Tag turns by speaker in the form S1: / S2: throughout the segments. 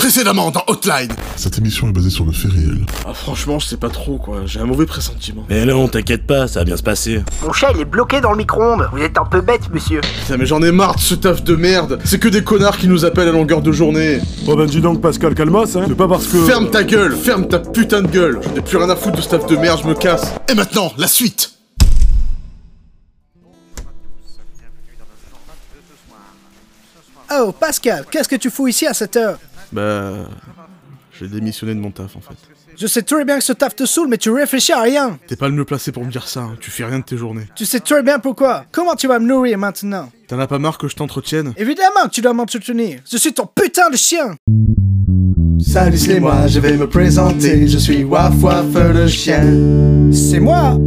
S1: Précédemment dans Hotline
S2: Cette émission est basée sur le fait réel.
S3: Ah, franchement, je sais pas trop quoi, j'ai un mauvais pressentiment.
S4: Mais non, t'inquiète pas, ça va bien se passer.
S5: Mon chat, il est bloqué dans le micro-ondes. Vous êtes un peu bête, monsieur.
S3: Putain, mais j'en ai marre de ce taf de merde C'est que des connards qui nous appellent à longueur de journée
S6: Oh ben dis donc Pascal Calmas, hein C'est pas parce que...
S3: Ferme ta gueule Ferme ta putain de gueule J'en ai plus rien à foutre de ce taf de merde, je me casse
S1: Et maintenant, la suite
S7: Oh, Pascal, qu'est-ce que tu fous ici à cette heure
S3: Bah... J'ai démissionné de mon taf, en fait.
S7: Je sais très bien que ce taf te saoule, mais tu réfléchis à rien.
S3: T'es pas le mieux placé pour me dire ça, hein. tu fais rien de tes journées.
S7: Tu sais très bien pourquoi. Comment tu vas me nourrir maintenant
S3: T'en as pas marre que je t'entretienne
S7: Évidemment que tu dois m'entretenir. Je suis ton putain de chien.
S8: Salut, c'est moi, je vais me présenter. Je suis Waf Waf euh, le chien.
S7: C'est moi.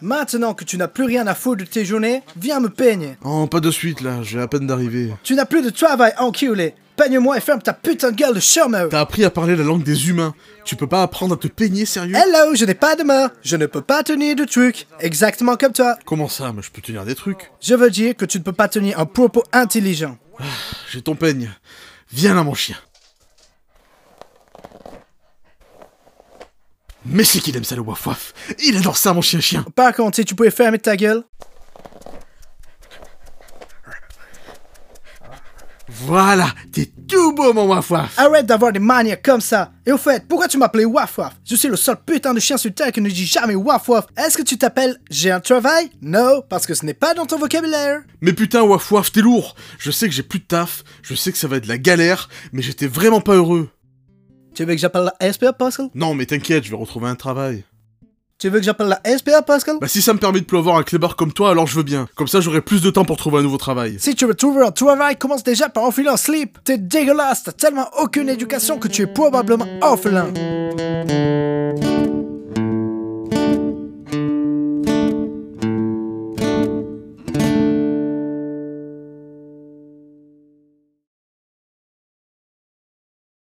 S7: Maintenant que tu n'as plus rien à foutre de tes journées, viens me peigner.
S3: Oh, pas de suite, là, j'ai à peine d'arriver.
S7: Tu n'as plus de travail, enculé. Peigne-moi et ferme ta putain de gueule de chômeur.
S3: T'as appris à parler la langue des humains. Tu peux pas apprendre à te peigner, sérieux
S7: Hello, je n'ai pas de main. Je ne peux pas tenir de trucs. Exactement comme toi.
S3: Comment ça Mais je peux tenir des trucs.
S7: Je veux dire que tu ne peux pas tenir un propos intelligent.
S3: J'ai ton peigne. Viens là, mon chien. Mais c'est qu'il aime ça, le waf waf. Il adore ça, mon chien-chien.
S7: Par contre, si tu pouvais fermer ta gueule.
S3: Voilà, t'es tout beau, mon waf waf.
S7: Arrête d'avoir des manières comme ça. Et au fait, pourquoi tu m'appelais Waf Waf Je suis le seul putain de chien sur Terre qui ne dit jamais Waf Waf. Est-ce que tu t'appelles J'ai un travail Non, parce que ce n'est pas dans ton vocabulaire.
S3: Mais putain, waf waf, t'es lourd. Je sais que j'ai plus de taf. Je sais que ça va être la galère. Mais j'étais vraiment pas heureux.
S7: Tu veux que j'appelle la SPA, Pascal
S3: Non, mais t'inquiète, je vais retrouver un travail.
S7: Tu veux que j'appelle la SPA, Pascal
S3: Bah si ça me permet de pleuvoir un clébard comme toi, alors je veux bien. Comme ça j'aurai plus de temps pour trouver un nouveau travail.
S7: Si tu veux trouver un travail, commence déjà par enfiler un slip. T'es dégueulasse, t'as tellement aucune éducation que tu es probablement orphelin.